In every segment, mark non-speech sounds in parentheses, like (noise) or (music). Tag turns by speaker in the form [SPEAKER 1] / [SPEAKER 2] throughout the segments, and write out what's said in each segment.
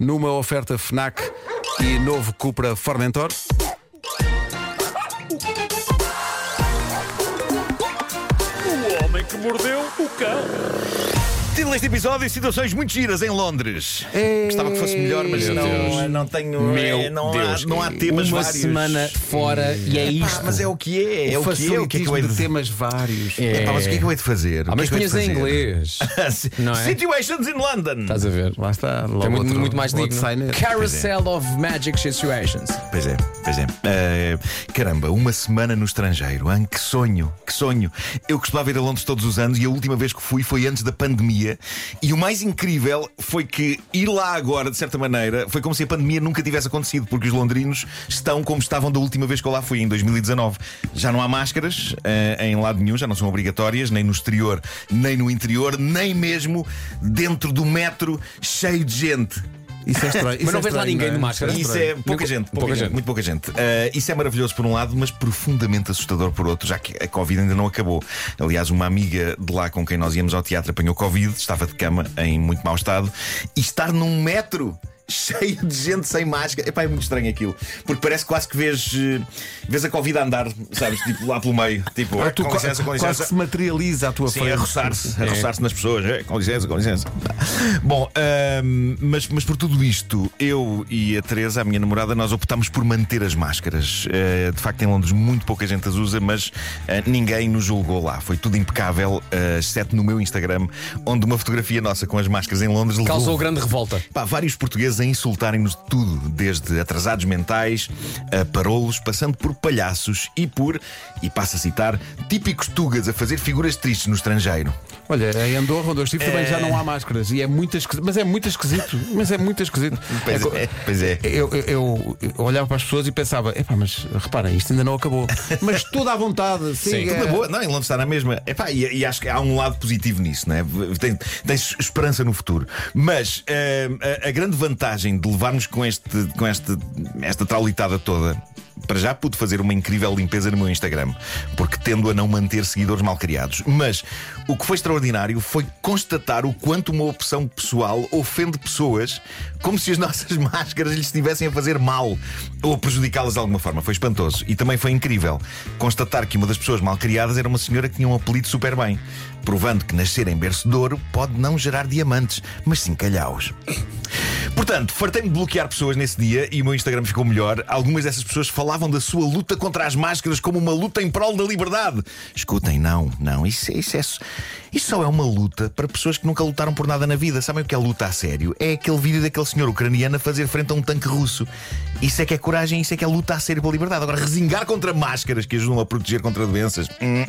[SPEAKER 1] numa oferta FNAC e novo Cupra Formentor.
[SPEAKER 2] O homem que mordeu o cão.
[SPEAKER 3] Título deste episódio: Situações muito giras em Londres. Gostava que fosse melhor, mas
[SPEAKER 4] Meu
[SPEAKER 3] não,
[SPEAKER 4] Deus.
[SPEAKER 3] não tenho.
[SPEAKER 4] Meu
[SPEAKER 3] eh, não,
[SPEAKER 4] Deus.
[SPEAKER 3] há, não há temas
[SPEAKER 4] Uma
[SPEAKER 3] vários.
[SPEAKER 4] semana fora e é
[SPEAKER 3] Pá,
[SPEAKER 4] isto.
[SPEAKER 3] mas é o que é, é o que é, o que é que eu hei de
[SPEAKER 1] de temas vários.
[SPEAKER 4] É.
[SPEAKER 3] É, pá, mas o que é que eu hei de fazer? O que
[SPEAKER 4] Ah,
[SPEAKER 3] é
[SPEAKER 4] mas
[SPEAKER 3] que eu hei
[SPEAKER 4] punhas
[SPEAKER 3] de
[SPEAKER 4] em
[SPEAKER 3] fazer?
[SPEAKER 4] inglês.
[SPEAKER 3] (laughs)
[SPEAKER 4] Não é?
[SPEAKER 3] Situations in London.
[SPEAKER 4] Estás a ver?
[SPEAKER 1] Lá está, logo
[SPEAKER 4] É muito,
[SPEAKER 1] outro-
[SPEAKER 4] muito mais
[SPEAKER 1] outro
[SPEAKER 4] digno.
[SPEAKER 1] signer.
[SPEAKER 4] Carousel of Magic Situations.
[SPEAKER 3] Pois é, pois é. Eh, caramba, uma semana no estrangeiro, hein? que sonho, que sonho. Eu costumava ir a Londres todos os anos e a última vez que fui foi antes da pandemia. E o mais incrível foi que ir lá agora, de certa maneira, foi como se a pandemia nunca tivesse acontecido, porque os londrinos estão como estavam da última vez que eu lá fui, em 2019. Já não há máscaras eh, em lado nenhum, já não são obrigatórias, nem no exterior, nem no interior, nem mesmo dentro do metro cheio de gente.
[SPEAKER 1] Isso é estranho.
[SPEAKER 4] não vês lá ninguém de máscara?
[SPEAKER 1] Isso é
[SPEAKER 3] Isso
[SPEAKER 1] estranho.
[SPEAKER 3] é pouca gente, pouca
[SPEAKER 4] Pouca
[SPEAKER 3] gente,
[SPEAKER 4] gente.
[SPEAKER 3] muito pouca gente. Ah, isso é maravilhoso por um lado, mas profundamente assustador por outro, já que a Covid ainda não acabou. Aliás, uma amiga de lá com quem nós íamos ao teatro apanhou Covid, estava de cama em muito mau estado, e estar num metro. Cheio de gente sem máscara. Epá, é muito estranho aquilo. Porque parece quase que vês, eh, vês a Covid a andar, sabes? Tipo, lá pelo meio. Tipo,
[SPEAKER 1] Ah,
[SPEAKER 3] ah,
[SPEAKER 1] tu
[SPEAKER 3] com
[SPEAKER 1] qua-
[SPEAKER 3] licença, com
[SPEAKER 1] quase
[SPEAKER 3] licença.
[SPEAKER 1] que se materializa a tua
[SPEAKER 3] Sim,
[SPEAKER 1] frente.
[SPEAKER 3] a roçar-se, um a roçar-se nas pessoas. É, com licença, com licença. Bom, ahm, mas, mas por tudo isto, eu e a Teresa, a minha namorada, nós optámos por manter as máscaras. Eh, de facto, em Londres, muito pouca gente as usa, mas eh, ninguém nos julgou lá. Foi tudo impecável, eh, exceto no meu Instagram, onde uma fotografia nossa com as máscaras em Londres levou
[SPEAKER 4] Causou grande revolta.
[SPEAKER 3] Pá, vários portugueses a insultarem-nos de tudo, desde atrasados mentais a parolos, passando por palhaços e por, e passo a citar, típicos tugas a fazer figuras tristes no estrangeiro.
[SPEAKER 1] Olha, em Andorra, onde eu estive, também já não há máscaras. E é muito esquisito. Mas é muito esquisito. Mas é muito esquisito.
[SPEAKER 3] Pois
[SPEAKER 1] co-
[SPEAKER 3] é, pois é.
[SPEAKER 1] Eu, eu- eu- eu olhava para as pessoas e pensava, epá, mas reparem, isto ainda não acabou. Mas tudo à vontade. é. siga.
[SPEAKER 3] Tudo na é boa, não, em Londres está na mesma. Epá, e, e acho que há um lado positivo nisso, não é? Tem- Tens esperança no futuro. Mas eh, a, a grande vantagem de levarmos com, este, com este, esta traulitada toda. Para já pude fazer uma incrível limpeza no meu Instagram, porque tendo a não manter seguidores malcriados. Mas o que foi extraordinário foi constatar o quanto uma opção pessoal ofende pessoas como se as nossas (laughs) máscaras lhes estivessem a fazer mal ou a prejudicá-las de alguma forma. Foi espantoso. E também foi incrível constatar que uma das pessoas malcriadas era uma senhora que tinha um apelido super bem, provando que nascer em berço de ouro pode não gerar diamantes, mas sim calhaus. Portanto, fartei-me de bloquear pessoas nesse dia e o meu Instagram ficou melhor. Algumas dessas pessoas falavam da sua luta contra as máscaras como uma luta em prol da liberdade. Escutem, não, não, isso, isso, é, isso só é uma luta para pessoas que nunca lutaram por nada na vida. Sabem o que é luta a sério? É aquele vídeo daquele senhor ucraniano a fazer frente a um tanque russo. Isso é que é coragem, isso é que é luta a sério pela liberdade. Agora, resingar contra máscaras que ajudam a proteger contra doenças. hum,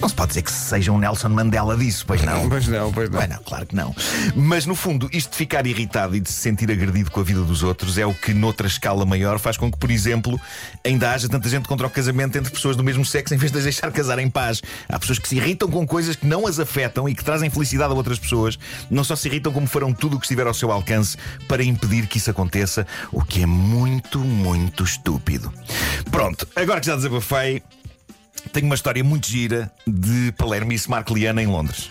[SPEAKER 3] não se pode dizer que seja um Nelson Mandela disso, pois não.
[SPEAKER 1] Pois não, pois não.
[SPEAKER 3] Bem, não, claro que não. Mas no fundo, isto de ficar irritado e de se sentir agredido com a vida dos outros é o que, noutra escala maior, faz com que, por exemplo, ainda haja tanta gente contra o casamento entre pessoas do mesmo sexo em vez de as deixar casar em paz. Há pessoas que se irritam com coisas que não as afetam e que trazem felicidade a outras pessoas. Não só se irritam, como farão tudo o que estiver ao seu alcance para impedir que isso aconteça, o que é muito, muito estúpido. Pronto, agora que já desabafei, tenho uma história muito gira de Palermo e Marcliana em Londres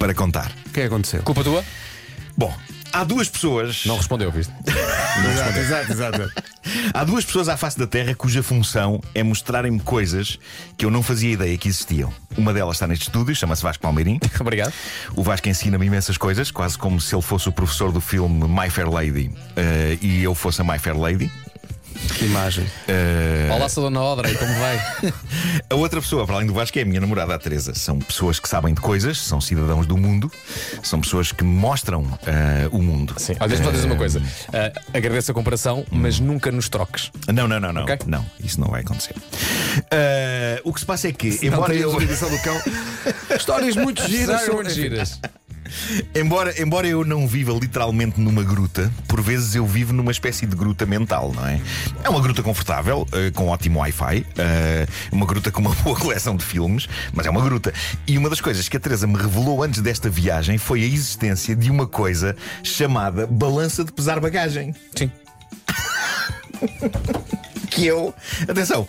[SPEAKER 3] para contar.
[SPEAKER 1] O que é que aconteceu?
[SPEAKER 4] Culpa tua?
[SPEAKER 3] Bom, há duas pessoas.
[SPEAKER 4] Não respondeu, viste?
[SPEAKER 1] Exato, exato, exato.
[SPEAKER 3] Há duas pessoas à face da Terra cuja função é mostrarem-me coisas que eu não fazia ideia que existiam. Uma delas está neste estúdio, chama-se Vasco Palmeirim.
[SPEAKER 4] Obrigado.
[SPEAKER 3] O Vasco ensina-me imensas coisas, quase como se ele fosse o professor do filme My Fair Lady eh, e eu fosse a My Fair Lady.
[SPEAKER 1] Imagem.
[SPEAKER 4] Olá, sou a Dona Audrey, como vai?
[SPEAKER 3] A outra pessoa, para além do Vasco, é a minha namorada, a Teresa. São pessoas que sabem de coisas, são cidadãos do mundo, são pessoas que mostram eh, o mundo.
[SPEAKER 4] Sim. Olha, deixa-me só dizer
[SPEAKER 3] Eh,
[SPEAKER 4] uma coisa. Ah, agradeço a comparação, mas nunca nos troques.
[SPEAKER 3] Não, não, não, não.
[SPEAKER 4] Ok.
[SPEAKER 3] Não, isso não vai acontecer. Eh, o que se passa é que, embora
[SPEAKER 1] Não tem
[SPEAKER 3] (laughs) eu.
[SPEAKER 1] a edição do cão. Histórias muito giras.
[SPEAKER 4] São muito giras.
[SPEAKER 3] Embora, embora eu não viva literalmente numa gruta, por vezes eu vivo numa espécie de gruta mental, não é? É uma gruta confortável, eh, com ótimo Wi-Fi, eh, uma gruta com uma (laughs) boa coleção de filmes, mas é uma gruta. E uma das coisas que a Teresa me revelou antes desta viagem foi a existência de uma coisa chamada balança de pesar bagagem.
[SPEAKER 4] Sim.
[SPEAKER 3] Que eu. Atenção!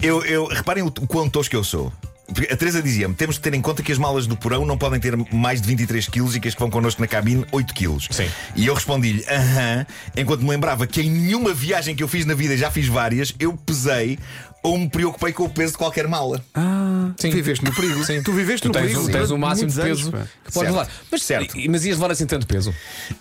[SPEAKER 3] Eu, eu, reparem o t- o quão tosco eu sou. porque a Teresa dizia-me: temos de ter em conta que as malas do porão não podem ter mais de 23 quilos e que as que vão connosco na cabine, 8 quilos.
[SPEAKER 4] Sim.
[SPEAKER 3] E eu respondi-lhe: aham, enquanto me lembrava que em nenhuma viagem que eu fiz na vida, e já fiz várias, eu pesei ou me preocupei com o peso de qualquer mala.
[SPEAKER 4] Sim.
[SPEAKER 1] Viveste no perigo.
[SPEAKER 4] Sim.
[SPEAKER 1] Tu viveste
[SPEAKER 4] Tu
[SPEAKER 1] no
[SPEAKER 4] tens,
[SPEAKER 1] perigo.
[SPEAKER 4] tens o
[SPEAKER 1] durante
[SPEAKER 4] máximo de
[SPEAKER 1] muitos
[SPEAKER 4] peso
[SPEAKER 1] anos, pá.
[SPEAKER 4] que podes
[SPEAKER 3] Certo.
[SPEAKER 4] levar. Mas,
[SPEAKER 3] Certo.
[SPEAKER 4] e- Mas ias levar assim tanto peso?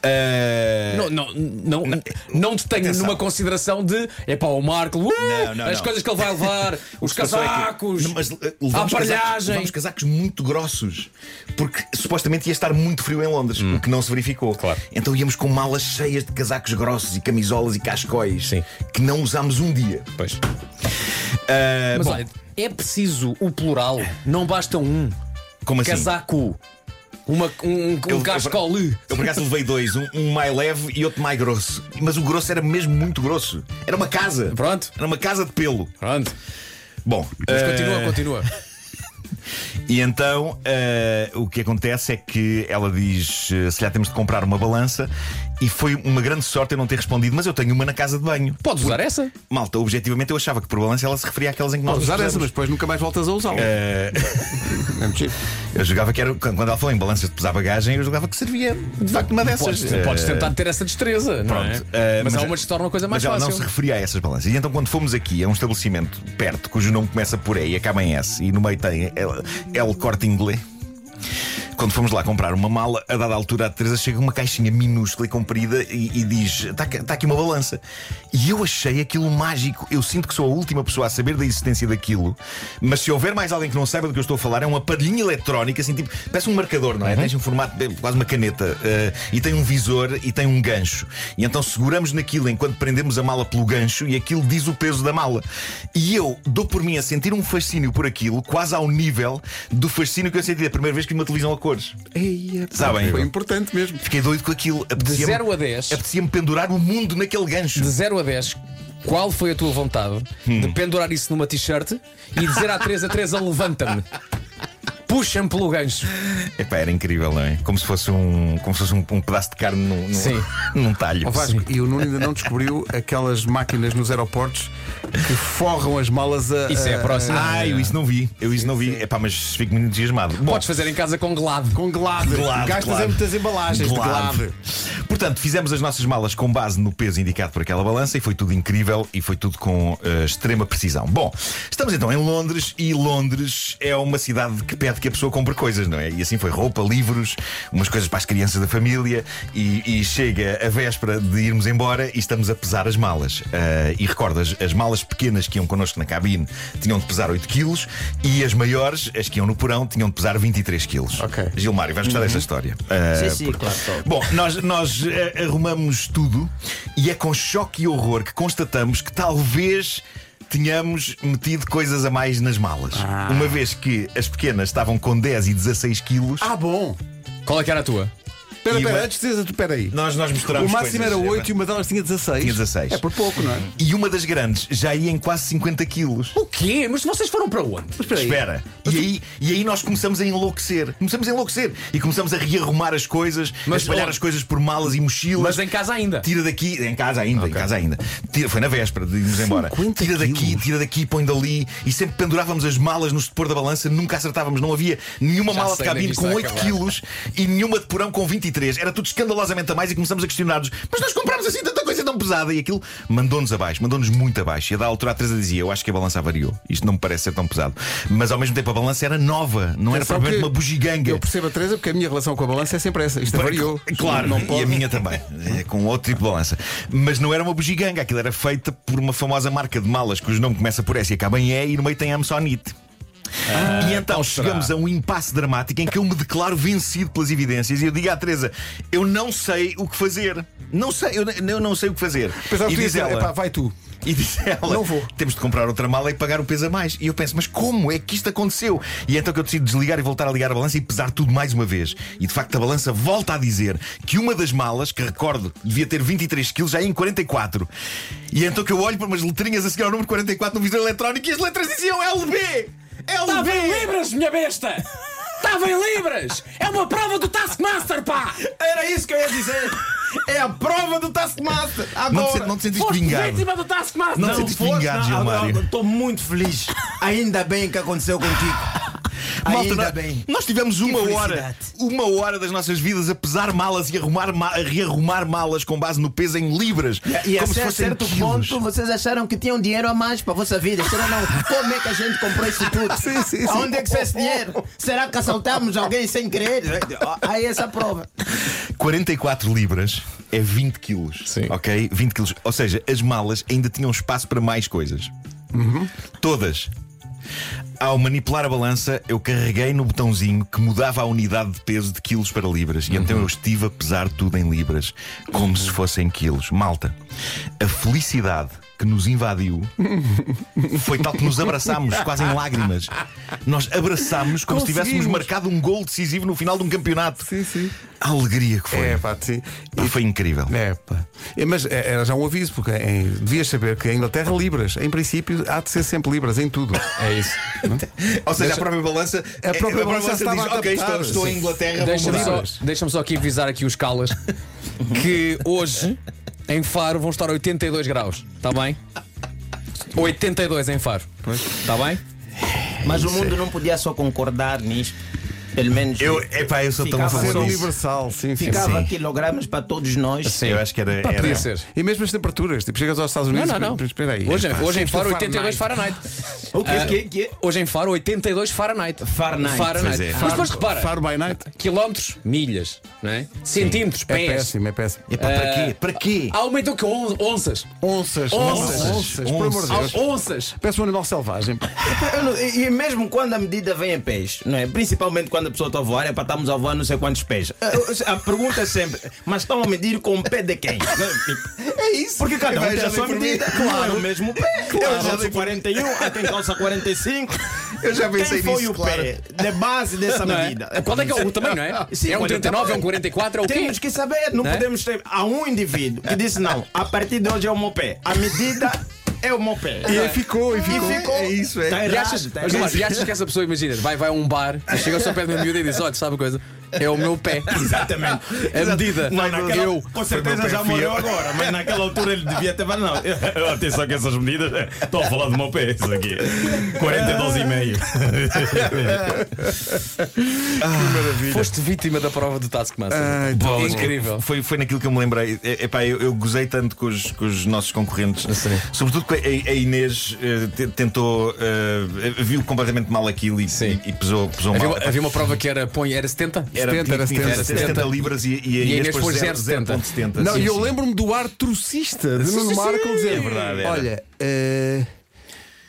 [SPEAKER 3] Ah,
[SPEAKER 4] Não, não, não, não te tenho
[SPEAKER 3] Atenção.
[SPEAKER 4] numa consideração de é pá, o Marco, uh,
[SPEAKER 3] Não, não,
[SPEAKER 4] as
[SPEAKER 3] não.
[SPEAKER 4] coisas que ele
[SPEAKER 3] (laughs)
[SPEAKER 4] vai levar, os
[SPEAKER 3] que passou é que-
[SPEAKER 4] casacos,
[SPEAKER 3] Não, mas, eh,
[SPEAKER 4] a
[SPEAKER 3] levámos casacos,
[SPEAKER 4] aparelhagem.
[SPEAKER 3] levámos casacos muito grossos, porque supostamente ia estar muito frio em Londres, o que não se verificou.
[SPEAKER 4] Hum. Claro.
[SPEAKER 3] Então íamos com malas cheias de casacos grossos e camisolas e cascóis
[SPEAKER 4] Sim.
[SPEAKER 3] que não usámos um dia.
[SPEAKER 4] Pois.
[SPEAKER 3] Ah,
[SPEAKER 4] Mas
[SPEAKER 3] bom,
[SPEAKER 4] olha, é preciso o plural, não basta um
[SPEAKER 3] como assim?
[SPEAKER 4] casaco, uma, um, um,
[SPEAKER 3] Eu-
[SPEAKER 4] um
[SPEAKER 3] eu-
[SPEAKER 4] cascole.
[SPEAKER 3] Eu por acaso levei dois, um, um mais leve e outro mais grosso. Mas o grosso era mesmo muito grosso. Era uma casa.
[SPEAKER 4] Pronto.
[SPEAKER 3] Era uma casa de pelo.
[SPEAKER 4] Pronto,
[SPEAKER 3] Bom,
[SPEAKER 4] mas
[SPEAKER 3] ah,
[SPEAKER 4] continua, continua.
[SPEAKER 3] E então eh, o que acontece é que ela diz: eh, se calhar temos de comprar uma balança. E foi uma grande sorte eu não ter respondido, mas eu tenho uma na casa de banho.
[SPEAKER 4] Podes usar essa?
[SPEAKER 3] Malta, objetivamente eu achava que por balança ela se referia àquelas em que nós
[SPEAKER 1] Podes usar essa,
[SPEAKER 3] usamos.
[SPEAKER 1] mas depois nunca mais voltas a usá-la. É muito giro.
[SPEAKER 3] Eu julgava que era. Quando ela falou em balanças de pesar bagagem, eu julgava que servia de facto uma dessas.
[SPEAKER 4] Podes,
[SPEAKER 3] Eh,
[SPEAKER 4] podes tentar ter essa destreza, não é?
[SPEAKER 3] Pronto, eh,
[SPEAKER 4] mas, há uma que se torna uma coisa mais
[SPEAKER 3] mas ela
[SPEAKER 4] fácil.
[SPEAKER 3] não se referia a essas balanças. E então, quando fomos aqui a um estabelecimento perto, cujo nome começa por E e acaba em S, e no meio tem L, L Corte Inglês. Quando fomos lá comprar uma mala, a dada altura a Teresa chega uma caixinha minúscula e comprida e, e diz: Está aqui uma balança. E eu achei aquilo mágico. Eu sinto que sou a última pessoa a saber da existência daquilo, mas se houver mais alguém que não saiba do que eu estou a falar, é uma padrinha eletrónica, assim, tipo, parece um marcador,
[SPEAKER 4] Uhum.
[SPEAKER 3] não é? Tens um formato, de- quase uma caneta, eh, e tem um visor e tem um gancho. E então seguramos naquilo enquanto prendemos a mala pelo gancho e aquilo diz o peso da mala. E eu dou por mim a sentir um fascínio por aquilo, quase ao nível do fascínio que eu senti da primeira vez que vi uma televisão a cores.
[SPEAKER 1] Eia, pá,
[SPEAKER 3] Sabem?
[SPEAKER 1] Foi importante mesmo.
[SPEAKER 3] Fiquei doido com aquilo.
[SPEAKER 4] De
[SPEAKER 3] Apetecia-me-
[SPEAKER 4] 0 a 10.
[SPEAKER 3] Apetecia-me pendurar o mundo naquele gancho.
[SPEAKER 4] de 0 a 10, qual foi a tua vontade
[SPEAKER 1] Hum.
[SPEAKER 4] de pendurar isso numa t-shirt e dizer à Teresa, Teresa, levanta-me. Puxa-me pelo gancho.
[SPEAKER 3] Epá, era incrível, não é? Como se fosse um, como se fosse um, um pedaço de carne num, num-
[SPEAKER 4] Sim.
[SPEAKER 3] num talho.
[SPEAKER 1] Ó Vasco, e o Nuno ainda não descobriu aquelas máquinas nos aeroportos que forram as malas a.
[SPEAKER 4] Isso é a próxima.
[SPEAKER 3] Ah, eu isso não vi. Eu isso não vi. Epá, mas fico muito entusiasmado. Bom,
[SPEAKER 4] Podes fazer em casa com gelado.
[SPEAKER 1] Com glade.
[SPEAKER 3] Glade,
[SPEAKER 1] Gastas
[SPEAKER 3] claro.
[SPEAKER 1] em muitas embalagens de
[SPEAKER 3] Glade.
[SPEAKER 1] glade.
[SPEAKER 3] Portanto, fizemos as nossas malas com base no peso indicado por aquela balança e foi tudo incrível e foi tudo com eh, extrema precisão. Bom, estamos então em Londres e Londres é uma cidade que pede que a pessoa compre coisas, não é? E assim foi roupa, livros, umas coisas para as crianças da família e, e chega a véspera de irmos embora e estamos a pesar as malas. Eh, e recordo, as, as malas pequenas que iam connosco na cabine tinham de pesar 8 quilos e as maiores, as que iam no porão, tinham de pesar 23 quilos.
[SPEAKER 1] Ok. Uhum.
[SPEAKER 3] Gilmário, vais gostar desta história. Eh,
[SPEAKER 5] Sim, sim, claro.
[SPEAKER 3] Bom, nós, nós eh, arrumamos tudo e é com choque e horror que constatamos que talvez tenhamos metido coisas a mais nas malas.
[SPEAKER 1] Ah.
[SPEAKER 3] Uma vez que as pequenas estavam com 10 e 16 quilos,
[SPEAKER 1] Ah, bom.
[SPEAKER 4] Qual é que era a tua?
[SPEAKER 1] Espera,
[SPEAKER 3] E
[SPEAKER 1] espera,
[SPEAKER 3] uma-
[SPEAKER 1] antes de dizer, espera aí.
[SPEAKER 3] nós, nós
[SPEAKER 1] O
[SPEAKER 3] misturámos
[SPEAKER 1] máximo
[SPEAKER 3] coisas.
[SPEAKER 1] era 8 e uma delas tinha 16.
[SPEAKER 3] Tinha 16.
[SPEAKER 1] É por pouco, não é?
[SPEAKER 3] E uma das grandes já ia em quase 50 quilos.
[SPEAKER 4] O quê? Mas vocês foram para onde?
[SPEAKER 1] Espera aí.
[SPEAKER 3] Espera. E aí, e aí nós começamos a enlouquecer. Começamos a enlouquecer. E começamos a rearrumar as coisas, a
[SPEAKER 4] Mas
[SPEAKER 3] espalhar
[SPEAKER 4] onde?
[SPEAKER 3] as coisas por malas e mochilas.
[SPEAKER 4] Mas em casa ainda.
[SPEAKER 3] Tira daqui, em casa ainda, em casa ainda. Tira, foi na véspera de irmos embora.
[SPEAKER 1] 50
[SPEAKER 3] Tira daqui,
[SPEAKER 1] quilos.
[SPEAKER 3] tira daqui, põe dali. E sempre pendurávamos as malas no depor da balança, nunca acertávamos. Não havia nenhuma
[SPEAKER 4] Já
[SPEAKER 3] mala de
[SPEAKER 4] sei onde é que
[SPEAKER 3] cabine
[SPEAKER 4] isto
[SPEAKER 3] com
[SPEAKER 4] vai
[SPEAKER 3] 8
[SPEAKER 4] acabar.
[SPEAKER 3] quilos e nenhuma de porão com 23. Era tudo escandalosamente a mais e começamos a questionar-nos. Mas nós comprámos assim tanta coisa tão pesada. E aquilo mandou-nos abaixo, mandou-nos muito abaixo. E a da altura a Teresa dizia: Eu acho que a balança avariou. Isto não me parece ser tão pesado. Mas ao mesmo tempo a balança era nova, não era
[SPEAKER 1] Atenção
[SPEAKER 3] propriamente
[SPEAKER 1] que
[SPEAKER 3] uma bugiganga.
[SPEAKER 1] Eu percebo a Teresa porque a minha relação com a balança é sempre essa. Isto variou.
[SPEAKER 3] Claro,
[SPEAKER 1] não
[SPEAKER 3] e
[SPEAKER 1] pode.
[SPEAKER 3] a minha também, eh, com outro tipo de balança. Mas não era uma bugiganga, aquilo era feita por uma famosa marca de malas cujo nome começa por S e acaba em E e no meio tem Amsonite.
[SPEAKER 1] Ah,
[SPEAKER 3] e então chegamos a um impasse dramático em que eu me declaro vencido pelas evidências e eu digo à Teresa: Eu não sei o que fazer. Não sei, eu, eu não sei o que fazer.
[SPEAKER 1] Pensava
[SPEAKER 3] e
[SPEAKER 1] é, que tu ias
[SPEAKER 3] diz
[SPEAKER 1] dizer,
[SPEAKER 3] ela:
[SPEAKER 1] "Epá, vai tu.
[SPEAKER 3] e diz ela:
[SPEAKER 1] Não vou.
[SPEAKER 3] Temos de comprar outra mala e pagar o peso a mais. E eu penso: Mas como é que isto aconteceu? E é então que eu decido desligar e voltar a ligar a balança e pesar tudo mais uma vez. E de facto a balança volta a dizer que uma das malas, que recordo devia ter 23 quilos, já é em 44. E é então que eu olho para umas letrinhas a seguir ao número 44 no visor eletrónico e as letras diziam LB!
[SPEAKER 4] Estava
[SPEAKER 3] LB!
[SPEAKER 4] em libras, minha besta! Estava em libras! É uma prova do Taskmaster, pá!
[SPEAKER 3] Era isso que eu ia dizer! É a prova do Taskmaster! Não te, não te sentiste
[SPEAKER 4] Foste
[SPEAKER 3] vingado?
[SPEAKER 4] vítima do Taskmaster!
[SPEAKER 3] Não te sentiste vingado, Gilmário?
[SPEAKER 5] Estou muito feliz. Ainda bem que aconteceu contigo.
[SPEAKER 3] Malta,
[SPEAKER 5] Ainda
[SPEAKER 3] nós,
[SPEAKER 5] bem.
[SPEAKER 3] nós tivemos uma hora,
[SPEAKER 5] felicidade.
[SPEAKER 3] uma hora das nossas vidas a pesar malas e arrumar ma- a rearrumar malas com base no peso em libras.
[SPEAKER 5] E
[SPEAKER 3] como
[SPEAKER 5] a
[SPEAKER 3] se fossem
[SPEAKER 5] certo
[SPEAKER 3] quilos.
[SPEAKER 5] ponto vocês acharam que tinham dinheiro a mais para a vossa vida. Será não? Como é que a gente comprou isso tudo?
[SPEAKER 3] (laughs) Sim, sim, sim.
[SPEAKER 5] Aonde é que está esse dinheiro? Será que assaltamos alguém sem querer? Aí essa prova.
[SPEAKER 3] 44 libras é 20 quilos.
[SPEAKER 4] Sim.
[SPEAKER 3] Ok? 20 quilos. Ou seja, as malas ainda tinham espaço para mais coisas.
[SPEAKER 1] Uhum.
[SPEAKER 3] Todas. Ao manipular a balança, eu carreguei no botãozinho que mudava a unidade de peso de quilos para libras. E
[SPEAKER 1] Uhum.
[SPEAKER 3] então eu estive a pesar tudo em libras, como se fossem quilos. Malta, a felicidade que
[SPEAKER 1] (laughs)
[SPEAKER 3] nos invadiu foi tal que nos abraçámos, quase em lágrimas. Nós abraçámos como se tivéssemos
[SPEAKER 1] Conseguimos.
[SPEAKER 3] marcado um gol decisivo no final de um campeonato.
[SPEAKER 1] Sim, sim.
[SPEAKER 3] A alegria que foi.
[SPEAKER 1] É, pá, sim.
[SPEAKER 3] Pá, foi incrível.
[SPEAKER 1] É, pá. É, mas é, era já um aviso, porque em- devias saber que a Inglaterra, Libras, em princípio, há de ser sempre Libras em tudo.
[SPEAKER 4] É isso.
[SPEAKER 3] Ou seja, a própria balança.
[SPEAKER 1] a própria balança estava
[SPEAKER 3] diz,
[SPEAKER 1] a
[SPEAKER 3] Ok,
[SPEAKER 1] adaptar,
[SPEAKER 3] estou, estou em
[SPEAKER 1] sim.
[SPEAKER 3] Inglaterra, vou
[SPEAKER 4] Deixa-me
[SPEAKER 3] mudar."
[SPEAKER 4] só, deixa só aqui avisar aqui os calas que hoje em Faro vão estar 82 graus, está bem? 82 em Faro, está bem?
[SPEAKER 5] Mas o mundo não podia só concordar nisto. Pelo menos.
[SPEAKER 3] Eu, epá, eu sou tão a favor
[SPEAKER 5] Ficava
[SPEAKER 1] Ser
[SPEAKER 5] só
[SPEAKER 3] disso.
[SPEAKER 1] universal, sim, sim.
[SPEAKER 5] Ficava
[SPEAKER 3] Sim.
[SPEAKER 5] quilogramas para todos nós.
[SPEAKER 4] Sim.
[SPEAKER 3] Eu acho que era.
[SPEAKER 4] Pá, podia
[SPEAKER 3] era-
[SPEAKER 4] ser.
[SPEAKER 1] E mesmo as temperaturas, tipo, chegas aos Estados
[SPEAKER 4] Não,
[SPEAKER 1] Unidos
[SPEAKER 4] não, não.
[SPEAKER 1] e- Espera aí.
[SPEAKER 4] Hoje,
[SPEAKER 1] epá,
[SPEAKER 4] hoje em
[SPEAKER 1] isto
[SPEAKER 4] Faro,
[SPEAKER 1] é
[SPEAKER 4] 82 Fahrenheit.
[SPEAKER 5] O que,
[SPEAKER 3] É.
[SPEAKER 5] é,
[SPEAKER 4] Ah,
[SPEAKER 5] que, que?
[SPEAKER 4] Hoje em Faro, 82 Fahrenheit.
[SPEAKER 5] Fahrenheit.
[SPEAKER 3] Pois é.
[SPEAKER 4] Mas depois repara,
[SPEAKER 1] Faro by night.
[SPEAKER 4] quilómetros, milhas, não é? centímetros,
[SPEAKER 1] É
[SPEAKER 4] pés. Ah,
[SPEAKER 1] péssimo, é péssimo.
[SPEAKER 3] Epá, para quê? Para quê?
[SPEAKER 4] Aumentou que on- onças.
[SPEAKER 1] Onças,
[SPEAKER 4] Onças.
[SPEAKER 1] onças, onças, por amor de
[SPEAKER 4] Ao-
[SPEAKER 1] Deus.
[SPEAKER 4] Onças.
[SPEAKER 1] Peço um animal selvagem. pá.
[SPEAKER 5] Eu não- e, e mesmo quando a medida vem em pés, não é? Principalmente quando a pessoa está a voar, é para estarmos a voar não sei quantos pés. A, a- a pergunta é sempre, mas estão a medir com o pé de quem? (laughs) É isso. Porque cada um
[SPEAKER 3] Vai,
[SPEAKER 5] tem
[SPEAKER 3] já
[SPEAKER 5] a sua
[SPEAKER 3] dei por
[SPEAKER 5] medida,
[SPEAKER 3] mim.
[SPEAKER 5] não é o mesmo pé. (laughs) Claro, eu
[SPEAKER 3] já
[SPEAKER 5] já
[SPEAKER 3] dei por-
[SPEAKER 5] 41, há quem um, calça 45.
[SPEAKER 3] Eu já pensei
[SPEAKER 5] quem foi
[SPEAKER 3] nisso,
[SPEAKER 5] o
[SPEAKER 3] claro.
[SPEAKER 5] pé da base (laughs) dessa
[SPEAKER 4] Não é?
[SPEAKER 5] medida?
[SPEAKER 4] Qual é que é o tamanho, não é?
[SPEAKER 5] Sim,
[SPEAKER 4] é um
[SPEAKER 5] olha,
[SPEAKER 4] 39, é um 44, é o quê?
[SPEAKER 5] Temos que saber, não
[SPEAKER 4] Né?
[SPEAKER 5] podemos ter. Há um indivíduo que disse: não, a partir de hoje é o meu pé. A medida é o meu pé.
[SPEAKER 3] Ah,
[SPEAKER 1] E aí ficou, e ficou.
[SPEAKER 3] É isso, é.
[SPEAKER 5] Tá
[SPEAKER 4] E achas,
[SPEAKER 5] errado, tá
[SPEAKER 4] mas,
[SPEAKER 5] errado.
[SPEAKER 4] Omar, e achas que essa pessoa, imagina, vai, vai a um bar, chega ao seu pé de uma miúda e diz: Olha, sabe uma coisa? É o meu pé.
[SPEAKER 5] (laughs) Exatamente.
[SPEAKER 4] A medida.
[SPEAKER 5] Não, naquela,
[SPEAKER 4] Eu.
[SPEAKER 5] com
[SPEAKER 3] meu
[SPEAKER 5] certeza já
[SPEAKER 3] perfil.
[SPEAKER 5] morreu agora, mas naquela altura ele devia ter falado, não.
[SPEAKER 3] (laughs)
[SPEAKER 2] Atenção que essas medidas estão a falar do meu pé. Isso aqui. 42 e meio.
[SPEAKER 4] Foste vítima da prova do Taskmaster.
[SPEAKER 1] Ai, tá
[SPEAKER 3] Bom,
[SPEAKER 4] Incrível.
[SPEAKER 3] Foi, foi naquilo que eu me lembrei. É- Epá, eu, eu gozei tanto com os, com os nossos concorrentes.
[SPEAKER 4] Sim.
[SPEAKER 3] Sobretudo que a, a Inês eh, te- tentou. eh, viu completamente mal aquilo e,
[SPEAKER 4] Sim.
[SPEAKER 3] e- e pesou, pesou
[SPEAKER 4] Havia,
[SPEAKER 3] mal.
[SPEAKER 4] uma- havia uma prova que era, põe, era 70?
[SPEAKER 3] Era,
[SPEAKER 1] 70, era
[SPEAKER 3] tinha- tinha
[SPEAKER 1] 70.
[SPEAKER 3] 70 libras e, e a Inês,
[SPEAKER 4] Inês
[SPEAKER 3] pôs
[SPEAKER 4] pôs
[SPEAKER 3] zero-
[SPEAKER 4] 0,70.
[SPEAKER 3] 0,70.
[SPEAKER 1] Não,
[SPEAKER 3] Sim,
[SPEAKER 1] e eu
[SPEAKER 3] sim.
[SPEAKER 1] lembro-me do ar trocista de Nuno
[SPEAKER 3] sim,
[SPEAKER 1] Marco dizer.
[SPEAKER 3] é verdade, era.
[SPEAKER 1] Olha, eh,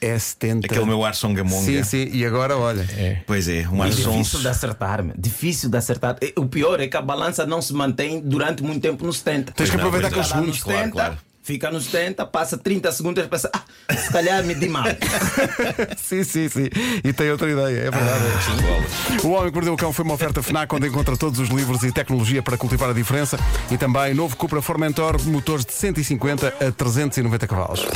[SPEAKER 1] é 70.
[SPEAKER 3] Aquele meu ar songamonga.
[SPEAKER 1] Sim, sim, e agora olha.
[SPEAKER 3] Pois é, um ar
[SPEAKER 5] Difícil de
[SPEAKER 3] sonso.
[SPEAKER 5] acertar, meu. difícil de acertar. E O pior é que a balança não se mantém durante muito tempo nos 70.
[SPEAKER 1] Tens que
[SPEAKER 3] não, um
[SPEAKER 1] aproveitar com
[SPEAKER 3] pois
[SPEAKER 1] os
[SPEAKER 5] Fica lá
[SPEAKER 1] segundos.
[SPEAKER 5] nos
[SPEAKER 3] claro,
[SPEAKER 5] 70,
[SPEAKER 3] claro.
[SPEAKER 5] Fica nos 70, passa 30 segundos e pensa, ah, se calhar me (laughs) mal.
[SPEAKER 1] (laughs) Sim, sim, sim. E tem outra ideia, é verdade.
[SPEAKER 3] Ah.
[SPEAKER 1] o Homem que Mordeu o Cão foi uma oferta FNAC onde encontra todos os livros e tecnologia para cultivar a diferença e também novo Cupra Formentor, motores de 150 a 390 cavalos.